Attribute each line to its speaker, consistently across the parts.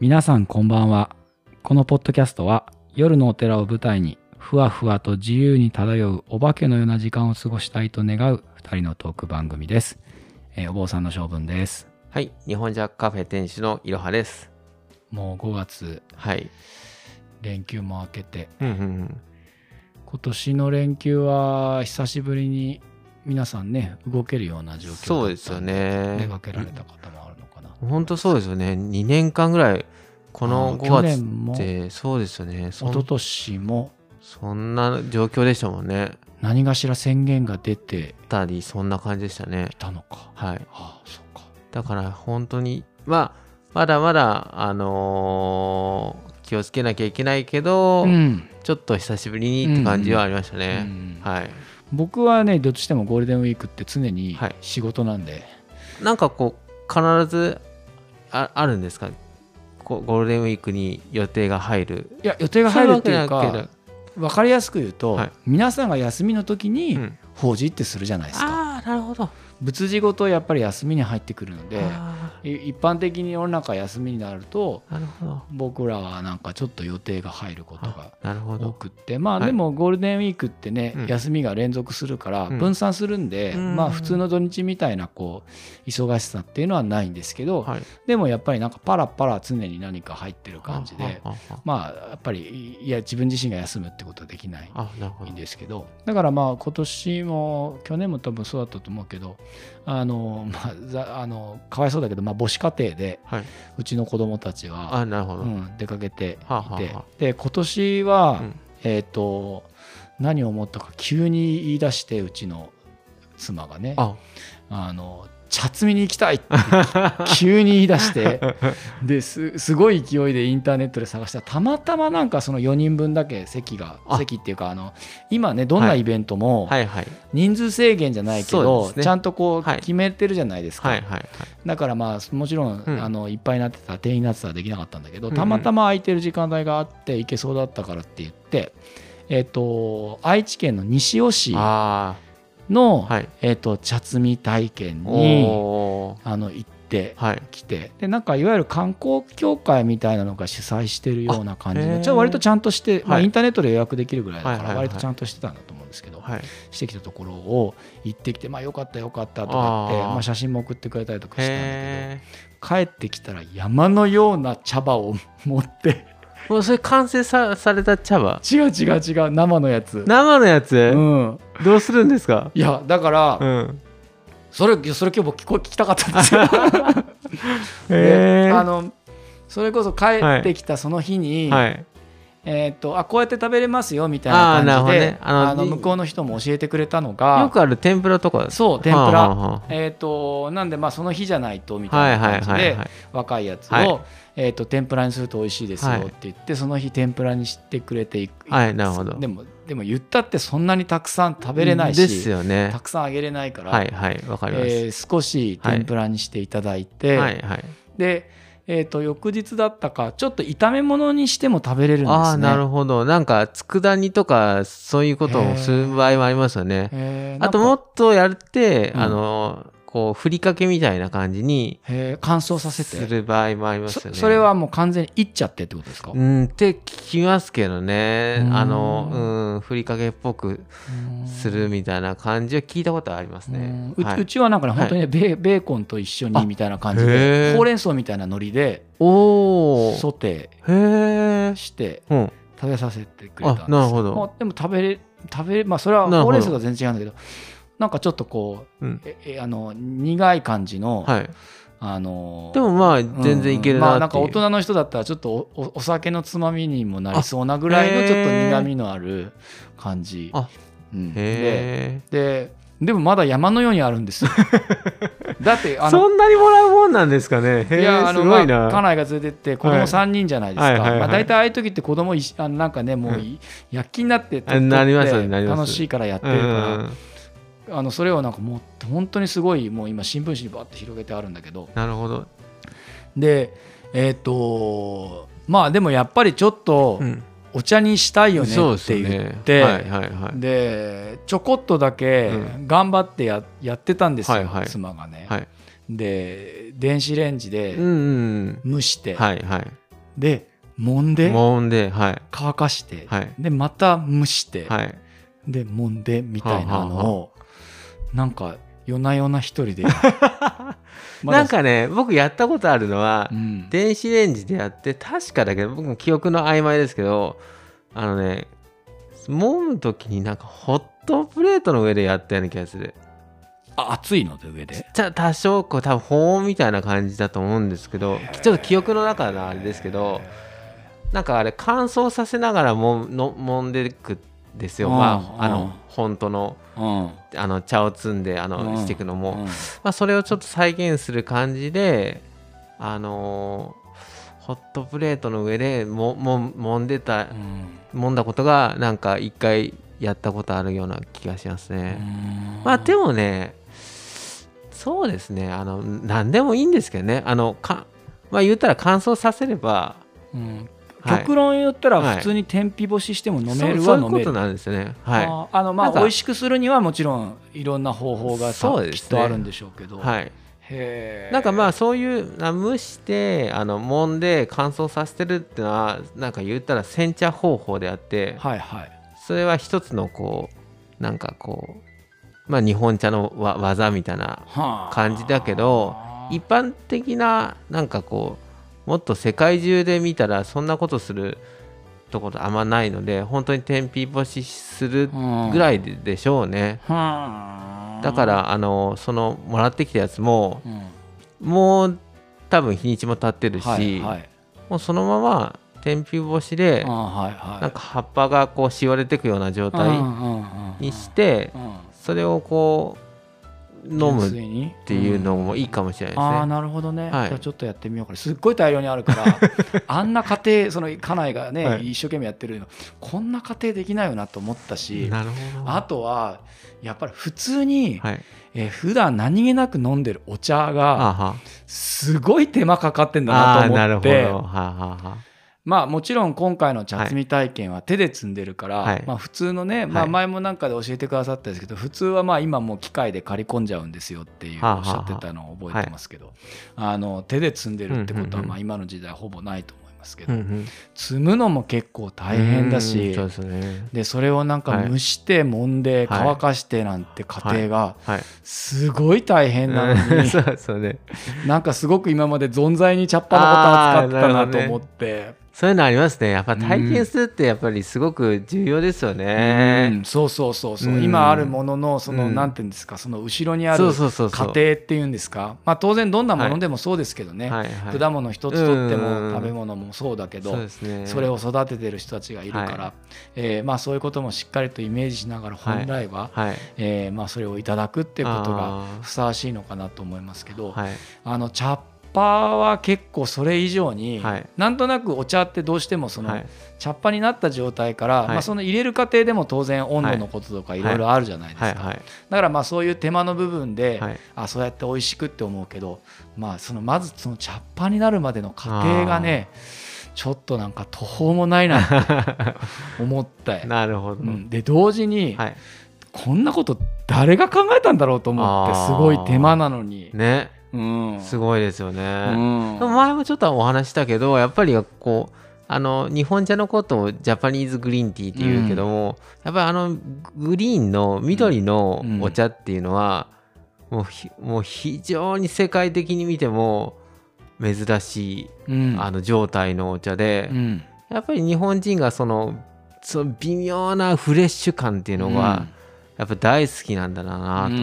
Speaker 1: 皆さんこんばんはこのポッドキャストは夜のお寺を舞台にふわふわと自由に漂うお化けのような時間を過ごしたいと願う2人のトーク番組です、えーお坊さんの性分です
Speaker 2: はい、日本ジャックカフェ店主のいろはです。
Speaker 1: もう5月
Speaker 2: はい。
Speaker 1: 連休も明けて
Speaker 2: うんうんうん。
Speaker 1: 今年の連休は久しぶりに皆さんね動けるような状況だったん
Speaker 2: そうですよね。
Speaker 1: 出かけられた方もあるのかな、
Speaker 2: うん。本当そうですよね。2年間ぐらい、この
Speaker 1: あー去
Speaker 2: 5
Speaker 1: 年も
Speaker 2: 月っ
Speaker 1: 一
Speaker 2: て、そうですよね。そ
Speaker 1: 昨
Speaker 2: ん
Speaker 1: 年も
Speaker 2: そんな状況でしたもんね。
Speaker 1: 何かしら宣言が出て
Speaker 2: たり、そんな感じでしたね
Speaker 1: い。たのか
Speaker 2: はい。
Speaker 1: ああそうか
Speaker 2: だから本当に、まあ、まだまだ、あのー気をつけなきゃいけないけど、
Speaker 1: ん、
Speaker 2: ちょっと久しぶりにって感じはありました
Speaker 1: う
Speaker 2: ね。
Speaker 1: ん
Speaker 2: はい。
Speaker 1: 僕はねどっちしてもゴールデンウィークって常に
Speaker 2: はい
Speaker 1: 仕事なんで、
Speaker 2: なんかこう必ずああるんですかこうゴールデンウィークに予定が入る。
Speaker 1: い、や予定が入るっていう
Speaker 2: そうわけじゃな
Speaker 1: か
Speaker 2: くて
Speaker 1: 分かりやすく言うと、
Speaker 2: はい
Speaker 1: 皆さんが休みの時
Speaker 2: う
Speaker 1: に
Speaker 2: ん
Speaker 1: 法事ってするじゃないですか、
Speaker 2: ああなるほど。
Speaker 1: 仏事ごとやっぱり休みに入ってくるので
Speaker 2: あ
Speaker 1: い一般的に世の中休みになると
Speaker 2: ーなるほど。
Speaker 1: 僕らはなんかちょっと予定が入ることが
Speaker 2: あなるほ
Speaker 1: 多
Speaker 2: ど。
Speaker 1: くってまあ
Speaker 2: はい
Speaker 1: でもゴールデンウィークってね、
Speaker 2: うん
Speaker 1: 休みが連続するから
Speaker 2: うん
Speaker 1: 分散するんで、
Speaker 2: うん
Speaker 1: まあ普通の土日みたいなこう忙しさっていうのはないんですけど、
Speaker 2: はい。
Speaker 1: でもやっぱりなんかパラパラ常に何か入ってる感じで、
Speaker 2: ああ
Speaker 1: まあやっぱりいや自分自身が休むってことはできない
Speaker 2: あああなるほど
Speaker 1: ん。ですけどだからまあ今年も去年も多分そうだったと思うけどあの、まあ、ざあのかわいそうだけど、まあ、母子家庭で
Speaker 2: はいう
Speaker 1: ちの子供たちは、
Speaker 2: あなるほど。
Speaker 1: うん、出かけていて、
Speaker 2: はあはあはあ
Speaker 1: で今年は、
Speaker 2: うん
Speaker 1: えっ、と何を思ったか急に言い出してうちの妻がね
Speaker 2: あ
Speaker 1: あの茶摘みに行きたいって急に言い出して ですすごい勢いでインターネットで探したらたまたまなんかその4人分だけ席が
Speaker 2: あ
Speaker 1: 席っていうかあの今ねどんなイベントも
Speaker 2: はいはい
Speaker 1: 人数制限じゃないけど、
Speaker 2: そうですね
Speaker 1: ちゃんとこう
Speaker 2: はい
Speaker 1: 決めてるじゃないですか、
Speaker 2: はいはいはい。
Speaker 1: だからまあもちろん、
Speaker 2: うん
Speaker 1: あのいっぱいになってたら定員になってたらできなかったんだけど
Speaker 2: うんうん
Speaker 1: たまたま空いてる時間帯があって行けそうだったからって言って、えっと愛知県の西尾市
Speaker 2: あ
Speaker 1: の、
Speaker 2: あはい。
Speaker 1: えっと茶摘み体験
Speaker 2: お
Speaker 1: に
Speaker 2: お
Speaker 1: あの行って
Speaker 2: ー。はい。
Speaker 1: きてでなんかいわゆる観光協会みたいなのが主催してるような感じ
Speaker 2: あへ
Speaker 1: で
Speaker 2: ー
Speaker 1: じゃあ割とちゃんとして、まあ、
Speaker 2: はい
Speaker 1: インターネットで予約できるぐらいだ
Speaker 2: は
Speaker 1: か
Speaker 2: い
Speaker 1: ら
Speaker 2: はいはい
Speaker 1: 割とちゃんとしてたんだと思うんですけど、
Speaker 2: はい。
Speaker 1: してきたところを行ってきてまあよかったよかったとか言って
Speaker 2: あー
Speaker 1: まあ、写真も送ってくれたりとかしたんだけど。
Speaker 2: へえ。
Speaker 1: 帰ってきたら山のような茶葉を 持って
Speaker 2: もうそれ完成さされた茶葉。
Speaker 1: 違う違う違う生のやつ
Speaker 2: 生のや
Speaker 1: う
Speaker 2: つ、
Speaker 1: ん
Speaker 2: どうするんですか。
Speaker 1: いやだから、
Speaker 2: うん。
Speaker 1: それそれ今日僕聞こ聞きたかったんですよ
Speaker 2: へ
Speaker 1: で
Speaker 2: え。
Speaker 1: あのそれこそ帰ってきたその日に、
Speaker 2: はい。
Speaker 1: えーっとあこうやって食べれますよみたいな
Speaker 2: あーなる
Speaker 1: 感
Speaker 2: ほ
Speaker 1: じ
Speaker 2: ど
Speaker 1: で、
Speaker 2: ね
Speaker 1: あ
Speaker 2: あ
Speaker 1: の
Speaker 2: の
Speaker 1: 向こうの人も教えてくれたの
Speaker 2: よ
Speaker 1: が
Speaker 2: くある天ぷらとか
Speaker 1: そう天ぷら、
Speaker 2: はあはあは
Speaker 1: えーっとなんでまあその日じゃないとみ
Speaker 2: あは
Speaker 1: た
Speaker 2: い
Speaker 1: いな
Speaker 2: は
Speaker 1: 感
Speaker 2: い
Speaker 1: じで、
Speaker 2: はいはい
Speaker 1: 若いやつを、
Speaker 2: はい
Speaker 1: えー、と天ぷらにすると美味しいですよって言って、その日天ぷらにしてくれていく、
Speaker 2: はいなるほど
Speaker 1: でもでも言ったってそんなにたくさん食べれないし
Speaker 2: ですよね
Speaker 1: たくさんあげれないから、
Speaker 2: はいはいわかります、
Speaker 1: えー少し天ぷらにしていただいて、
Speaker 2: はいはい
Speaker 1: で、えー、と翌日だったかちょっと炒め物にしても食べれるんですね。
Speaker 2: ああなるほどなんか佃煮とかそういうことをする場合もありますよね
Speaker 1: えー
Speaker 2: あと
Speaker 1: な
Speaker 2: も
Speaker 1: んか
Speaker 2: っとやって、
Speaker 1: うん
Speaker 2: あのこうふりかけみたいな感じに
Speaker 1: えー乾燥させ
Speaker 2: す
Speaker 1: て
Speaker 2: る場合もあります
Speaker 1: そ
Speaker 2: よね
Speaker 1: それはもう完全にいっちゃってってことですか、
Speaker 2: うんって聞きますけどね
Speaker 1: うん
Speaker 2: あのうんふりかけっぽく
Speaker 1: うん
Speaker 2: するみたいな感じは聞いたことありますね
Speaker 1: うんう
Speaker 2: は
Speaker 1: う
Speaker 2: い、
Speaker 1: ちはなんかね
Speaker 2: はい
Speaker 1: 本当にねベーベーコンと一緒にみたいな感じ
Speaker 2: へ
Speaker 1: で
Speaker 2: ー
Speaker 1: ほうれん草みたいな海苔で
Speaker 2: おお
Speaker 1: ソテ
Speaker 2: へえ
Speaker 1: ーして
Speaker 2: うん
Speaker 1: 食べさせてくれたんで
Speaker 2: あ
Speaker 1: す
Speaker 2: なるほど
Speaker 1: まあでも食べれ食べれまあそれは
Speaker 2: な
Speaker 1: ほ
Speaker 2: るほ
Speaker 1: う
Speaker 2: ど
Speaker 1: れん草とは全然違うんだけどなんかちょっとこう、
Speaker 2: うん
Speaker 1: ええあの苦い感じの、
Speaker 2: はい。
Speaker 1: あの
Speaker 2: でもまあ、全然いける
Speaker 1: うんまあ
Speaker 2: な
Speaker 1: な
Speaker 2: っ
Speaker 1: ん
Speaker 2: て
Speaker 1: か
Speaker 2: い
Speaker 1: 大
Speaker 2: う。
Speaker 1: 人の人だったらちょっとおおお酒のつまみにもなりそうなぐらいのち
Speaker 2: あ
Speaker 1: ょっと
Speaker 2: へー
Speaker 1: 苦みのある感じ、
Speaker 2: あ
Speaker 1: うんで
Speaker 2: へ
Speaker 1: ででもまだ山のようにあるん ですよだって
Speaker 2: え。
Speaker 1: あ
Speaker 2: そ
Speaker 1: の
Speaker 2: んなにもらうもんなんですかね。へ
Speaker 1: い
Speaker 2: え、
Speaker 1: やあ
Speaker 2: す
Speaker 1: の
Speaker 2: ごい
Speaker 1: まあ、家
Speaker 2: な。
Speaker 1: 内が連れてって子供
Speaker 2: はい
Speaker 1: 3人じゃないですか、
Speaker 2: はいはいはい
Speaker 1: まあ、大体ああいう時って子供いあのなんかねもうい、躍起になって
Speaker 2: あなりますよねなります
Speaker 1: 楽しいからやって
Speaker 2: う
Speaker 1: る
Speaker 2: んう
Speaker 1: から、
Speaker 2: ん
Speaker 1: あのそれをなんかもう本当にすごいもう今新聞紙にバッと広げてあるんだけど
Speaker 2: なるほど。
Speaker 1: でえっ、とまあでもやっぱりちょっと
Speaker 2: うん
Speaker 1: お茶にしたいよね
Speaker 2: そうで
Speaker 1: っ
Speaker 2: す
Speaker 1: て
Speaker 2: よ
Speaker 1: 言
Speaker 2: ね
Speaker 1: っ。て、
Speaker 2: はいはいはい。
Speaker 1: でちょこっとだけ
Speaker 2: う
Speaker 1: 頑張ってややってたんですよ、
Speaker 2: はいはい
Speaker 1: 妻がね、
Speaker 2: はい。
Speaker 1: で電子レンジで
Speaker 2: うんうん
Speaker 1: 蒸して、
Speaker 2: うん。はいはい。
Speaker 1: で揉んで
Speaker 2: もんで、はい。
Speaker 1: 乾かして、
Speaker 2: はい。
Speaker 1: でまた蒸して、
Speaker 2: はい。
Speaker 1: で揉んでみたいなの
Speaker 2: はあ
Speaker 1: をなんか夜な夜な一人で まだ
Speaker 2: なんかね、僕やったことあるのは
Speaker 1: う、ん
Speaker 2: 電子レンジでやって、確かだけど、僕も記憶の曖昧ですけど、あのね、揉むときになんかホットプレートの上でやったような気がする。
Speaker 1: あ熱いので上で
Speaker 2: じゃあ多少こう多分保温みたいな感じだと思うんですけどちょっと記憶の中のあれですけどなんかあれ乾燥させながらもの揉んでくんですよ
Speaker 1: うん
Speaker 2: まああ
Speaker 1: うん
Speaker 2: の本当の
Speaker 1: うん
Speaker 2: あの茶を摘んであ
Speaker 1: うん
Speaker 2: のしていくのも、
Speaker 1: うん
Speaker 2: まあ、それをちょっと再現する感じであのーホットプレートの上でもも揉んでた
Speaker 1: うん
Speaker 2: 揉んだことがなんか一回やったことあるような気がしますね。
Speaker 1: うん
Speaker 2: まあでもね、そうですね、あの、何でもいいんですけどね、あの、かまあ言ったら乾燥させれば、
Speaker 1: うん
Speaker 2: はい
Speaker 1: 極論言ったら
Speaker 2: はい
Speaker 1: 普通に天日干ししても飲
Speaker 2: そ
Speaker 1: め
Speaker 2: う
Speaker 1: る
Speaker 2: そ
Speaker 1: は
Speaker 2: ういう
Speaker 1: 飲
Speaker 2: こ
Speaker 1: め
Speaker 2: と
Speaker 1: る
Speaker 2: なんですね。は
Speaker 1: あーあのま
Speaker 2: な
Speaker 1: あ
Speaker 2: んか
Speaker 1: 美味しくするにはもちろんいろんな方法がさ
Speaker 2: そうですね
Speaker 1: きっとあるんでしょうけど、
Speaker 2: い。はい。
Speaker 1: へー
Speaker 2: なんかまあそういう、な蒸して、あの、揉んで乾燥させてるってのは、なんか言ったら煎茶方法であって、
Speaker 1: はいはい
Speaker 2: それは一つのこう、なんかこう、まあ日本茶のわ技みたいな
Speaker 1: はあ
Speaker 2: 感じだけど一般的ななんかこうもっと世界中で見たらそんなことするところあんまないので本当に天日干しするぐ
Speaker 1: い
Speaker 2: らいででしょうね、
Speaker 1: はあ
Speaker 2: だからあのそのもらってきたやつも
Speaker 1: うん
Speaker 2: もう多分日にちも経ってるし、
Speaker 1: はいはい
Speaker 2: もうそのまま天日干しで
Speaker 1: あーはいはい
Speaker 2: なんか葉っぱがこうしおれてくような状態にして
Speaker 1: うんうんうん
Speaker 2: それをこう飲む
Speaker 1: 純
Speaker 2: っ
Speaker 1: 粋に
Speaker 2: ていうのもいいかもしれないですね。
Speaker 1: ああなるほどね、
Speaker 2: はい
Speaker 1: じゃあちょっとやってみようかなすっごい大量にあるから あんな家庭その家内がね、
Speaker 2: はい
Speaker 1: 一生懸命やってるのこんな家庭できないよなと思ったし
Speaker 2: なるほど
Speaker 1: あとはやっぱり普通に、
Speaker 2: はい、
Speaker 1: えー普段何気なく飲んでるお茶が
Speaker 2: あは
Speaker 1: すごい手間かかってんだなと
Speaker 2: あー
Speaker 1: 思って
Speaker 2: なるほど。はあはあは
Speaker 1: まあもちろん今回の茶摘み体験は手で摘んでるから、
Speaker 2: はい
Speaker 1: まあ、普通のね、まあ、
Speaker 2: はい
Speaker 1: 前もなんかで教えてくださったんですけど普通はまあ今もう機械で刈り込んじゃうんですよっていう
Speaker 2: はあは
Speaker 1: おっ
Speaker 2: あ
Speaker 1: しゃってたのを覚えてますけど、あの手で摘んでるってことは
Speaker 2: うんうんうん
Speaker 1: まあ今の時代ほぼないと思いますけ
Speaker 2: あ
Speaker 1: ど、摘むのも結構大変だ
Speaker 2: うん
Speaker 1: し
Speaker 2: そうですね。
Speaker 1: でそれをなんか
Speaker 2: はい
Speaker 1: 蒸して揉んで
Speaker 2: はい
Speaker 1: 乾かしてなんて過程が
Speaker 2: はい。
Speaker 1: すごい大変なのに
Speaker 2: そうそうね。
Speaker 1: なんかすごく今まで存在に茶っ葉のことを扱ってたなと思って。
Speaker 2: そういうのありますね。やっぱ体験するってやっぱりすごく重要ですよ
Speaker 1: う
Speaker 2: ね。
Speaker 1: ん、そうそうそうそう、
Speaker 2: うん
Speaker 1: 今あるもののその、
Speaker 2: うん
Speaker 1: なんていうんですかその後ろにあ
Speaker 2: そ
Speaker 1: る
Speaker 2: うそうそう
Speaker 1: 過
Speaker 2: そう。
Speaker 1: 程っていうんですかまあ当然どんなものでもそうですけどね、
Speaker 2: はいはい。
Speaker 1: 果物一つとって
Speaker 2: う
Speaker 1: も
Speaker 2: ん
Speaker 1: 食べ物もそうだけど、
Speaker 2: そうですね。
Speaker 1: それを育ててる人たちがいるから、
Speaker 2: はい
Speaker 1: えーまあ、そういうこともしっかりとイメージしながら
Speaker 2: はい
Speaker 1: 本来は、
Speaker 2: はい。
Speaker 1: えーまあ、それをいただくっていうことが
Speaker 2: あ
Speaker 1: ふさわしいのかなと思いますけど、
Speaker 2: ーはい
Speaker 1: あの茶っ葉は結構それ以上に、
Speaker 2: はい
Speaker 1: なんとなくお茶ってどうしてもその、
Speaker 2: はい
Speaker 1: 茶っ葉になった状態から、
Speaker 2: い
Speaker 1: まあ、その入れる過程でも当然温度のこととかいろいろあるじゃないですか、
Speaker 2: はいはい
Speaker 1: だからまあそういう手間の部分で、
Speaker 2: はい。
Speaker 1: あそうやって美味しくって思うけど、まあ、そのまずその茶っ葉になるまでの過程がねちょっとなんか途方もないなって 思って、
Speaker 2: なるほど
Speaker 1: う。ん、で同時に、
Speaker 2: はい。
Speaker 1: こんなこと誰が考えたんだろうと思って
Speaker 2: あー
Speaker 1: すごい手間なのに、
Speaker 2: ね。
Speaker 1: うん
Speaker 2: すごいですよ
Speaker 1: う
Speaker 2: ね。
Speaker 1: ん
Speaker 2: でも前もちょっとお話ししたけどやっぱりこうあの日本茶のことをジャパニーズグリーンティーっていうけども、やっぱりあのグリーンの緑の
Speaker 1: うん
Speaker 2: お茶っていうのは、もうひもう非常に世界的に見ても珍しい、
Speaker 1: うん
Speaker 2: あの状態のお茶で、
Speaker 1: うん
Speaker 2: やっぱり日本人がそのその微妙なフレッシュ感っていうのが、やっぱ大好きなんだな
Speaker 1: うん
Speaker 2: と、
Speaker 1: うん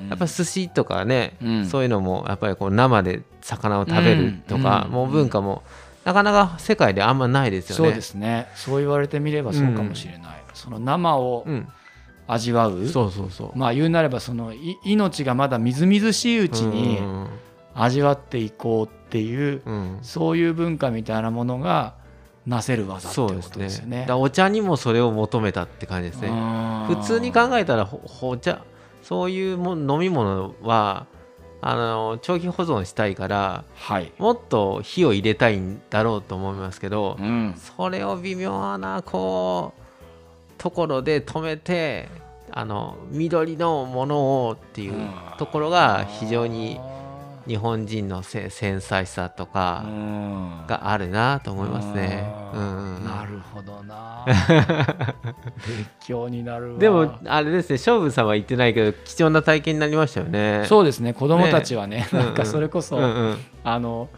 Speaker 1: うん
Speaker 2: やっぱ寿司とかね、
Speaker 1: うん
Speaker 2: そういうのもやっぱりこう生で魚を食べるとか、
Speaker 1: うん
Speaker 2: もう文化もなかなか世界であんまないですよね。
Speaker 1: そうですねそう言われてみればそうかもしれない、その生を
Speaker 2: うん、
Speaker 1: 味わう、
Speaker 2: そうそうそう。
Speaker 1: まあ言うなればそのい命がまだみずみずしいうちに
Speaker 2: うん
Speaker 1: 味わっていこうっていう、
Speaker 2: うん
Speaker 1: そういう文化みたいなものがなせる技って
Speaker 2: そう
Speaker 1: こ
Speaker 2: で
Speaker 1: と
Speaker 2: す
Speaker 1: で
Speaker 2: ね。
Speaker 1: すよね。
Speaker 2: だからお茶にもそれを求めたって感じですね。普通に考えたらほお茶そういうもん飲み物はあの長期保存したいから
Speaker 1: はい、
Speaker 2: もっと火を入れたいんだろうと思いますけど、
Speaker 1: うん
Speaker 2: それを微妙なこうところで止めてあの緑のものをっていうところが非常に日本人のせ繊細さと
Speaker 1: う
Speaker 2: か
Speaker 1: ん
Speaker 2: があるなと思いますね。
Speaker 1: う
Speaker 2: うんんうん
Speaker 1: なるほどな勉強になるわ
Speaker 2: でもあれですね勝負さんは言ってないけど貴重な体験になりましたよね。
Speaker 1: そうですね子供たちはねなんかそれこそ、
Speaker 2: うんうん、
Speaker 1: あの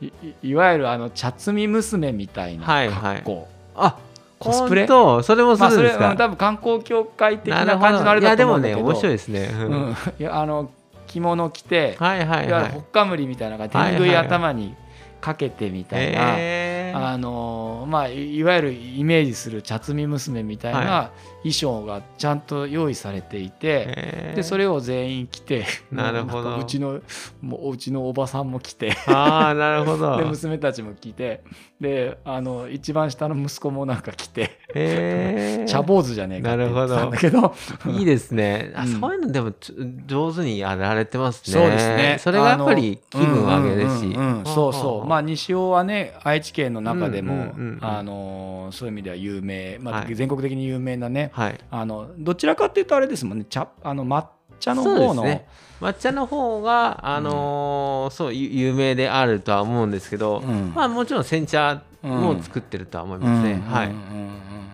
Speaker 1: いいいわゆるあの茶摘み娘みたいな
Speaker 2: はいはい
Speaker 1: 格好、
Speaker 2: あ
Speaker 1: コスプレ
Speaker 2: とそれもす
Speaker 1: まあ
Speaker 2: る
Speaker 1: そ
Speaker 2: んで
Speaker 1: れ
Speaker 2: す
Speaker 1: は
Speaker 2: か、
Speaker 1: 多分観光協会的
Speaker 2: なる
Speaker 1: な
Speaker 2: ほど
Speaker 1: 感じのあれだと思うんだけど
Speaker 2: いやでもね面白いですね。うん
Speaker 1: うん、いやあの着物着て、、
Speaker 2: はいは
Speaker 1: わ
Speaker 2: いい
Speaker 1: ゆ
Speaker 2: は
Speaker 1: るほ
Speaker 2: い。
Speaker 1: っかむりみたいなのが
Speaker 2: はい
Speaker 1: 手
Speaker 2: は
Speaker 1: ぬぐ
Speaker 2: いはい
Speaker 1: い頭にかけてみたいな、
Speaker 2: へー
Speaker 1: あのーまあ、いいわゆるイメージする茶摘み娘みたいな
Speaker 2: は
Speaker 1: 衣装がちゃんと用意されていて、
Speaker 2: へー
Speaker 1: でそれを全員着て
Speaker 2: なるほど
Speaker 1: んかうちのもううちのおばさんも着て
Speaker 2: ああなるほど。
Speaker 1: で娘たちも着てであの一番下の息子もなんか着て
Speaker 2: へー
Speaker 1: 茶坊主じゃねえかって言ってたんだけど
Speaker 2: いいですね。あ、
Speaker 1: うん
Speaker 2: そういうのでもちょ上手にやられてますね。
Speaker 1: そうですね
Speaker 2: それがやっぱり気分を上げるし。
Speaker 1: うんうんうんうんそうそうまあ西尾はね愛知県の中でも、
Speaker 2: うんうんうんうん
Speaker 1: あのーそういう意味では有名、まあ
Speaker 2: はい
Speaker 1: 全国的に有名なね
Speaker 2: はい。
Speaker 1: あのどちらかっていうとあれですもんね茶あの抹茶の
Speaker 2: そうで
Speaker 1: 方
Speaker 2: す
Speaker 1: の、
Speaker 2: ね抹茶の方があのーそうゆ有名であるとは思うんですけど、
Speaker 1: うん
Speaker 2: まあもちろん煎茶も作ってるとは思いますね。
Speaker 1: うん
Speaker 2: はい、
Speaker 1: うんうんうん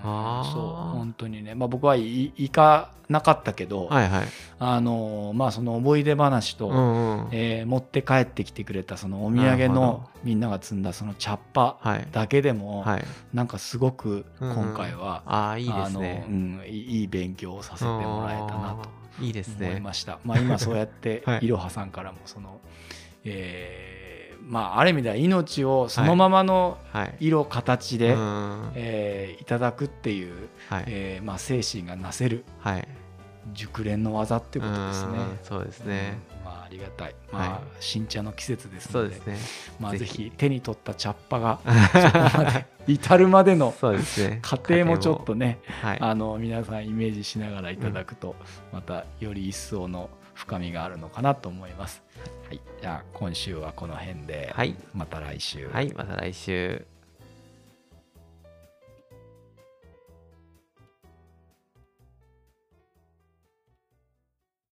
Speaker 2: あー
Speaker 1: そう本当にね、まあ、僕はい行かなかったけど、
Speaker 2: はいはい。
Speaker 1: あのーまあ、その思い出話と、
Speaker 2: うんうん。
Speaker 1: えー持って帰ってきてくれたそのお土産
Speaker 2: なるほ
Speaker 1: のみんなが積んだその茶っ葉
Speaker 2: はい。
Speaker 1: だけでも、
Speaker 2: はい。
Speaker 1: なんかすごく
Speaker 2: うんうん
Speaker 1: 今回は、
Speaker 2: ああいいです
Speaker 1: あの
Speaker 2: ね。
Speaker 1: うん、いいいい勉強をさせてもらえたなと
Speaker 2: うんいいです
Speaker 1: 思い
Speaker 2: ね。
Speaker 1: ました、まあ、今そうやって
Speaker 2: はい
Speaker 1: いろはさんからもその、えーまあ、ある意味では命をそのままの
Speaker 2: はい。
Speaker 1: 色形で、
Speaker 2: うんは
Speaker 1: えーいただくっていう、
Speaker 2: い。
Speaker 1: えーまあ、精神がなせる
Speaker 2: はい。
Speaker 1: 熟練の技っていうことですね。
Speaker 2: うんそうですね。
Speaker 1: うんまあ、ありがたい、まあ
Speaker 2: はい
Speaker 1: 新茶の季節です
Speaker 2: そう
Speaker 1: ので
Speaker 2: ですね。
Speaker 1: まあ、ぜ
Speaker 2: ぜひ
Speaker 1: ひ手に取った茶っ葉 がそこまで至るまでの
Speaker 2: そうですね。
Speaker 1: 過程もちょっとね、
Speaker 2: はい。
Speaker 1: あの皆さんイメージしながらいただくと、またより一層の深みがあるのかなと思います。はい、じゃあ今週はこの辺で、
Speaker 2: はい。
Speaker 1: また来週。
Speaker 2: はい。また来週。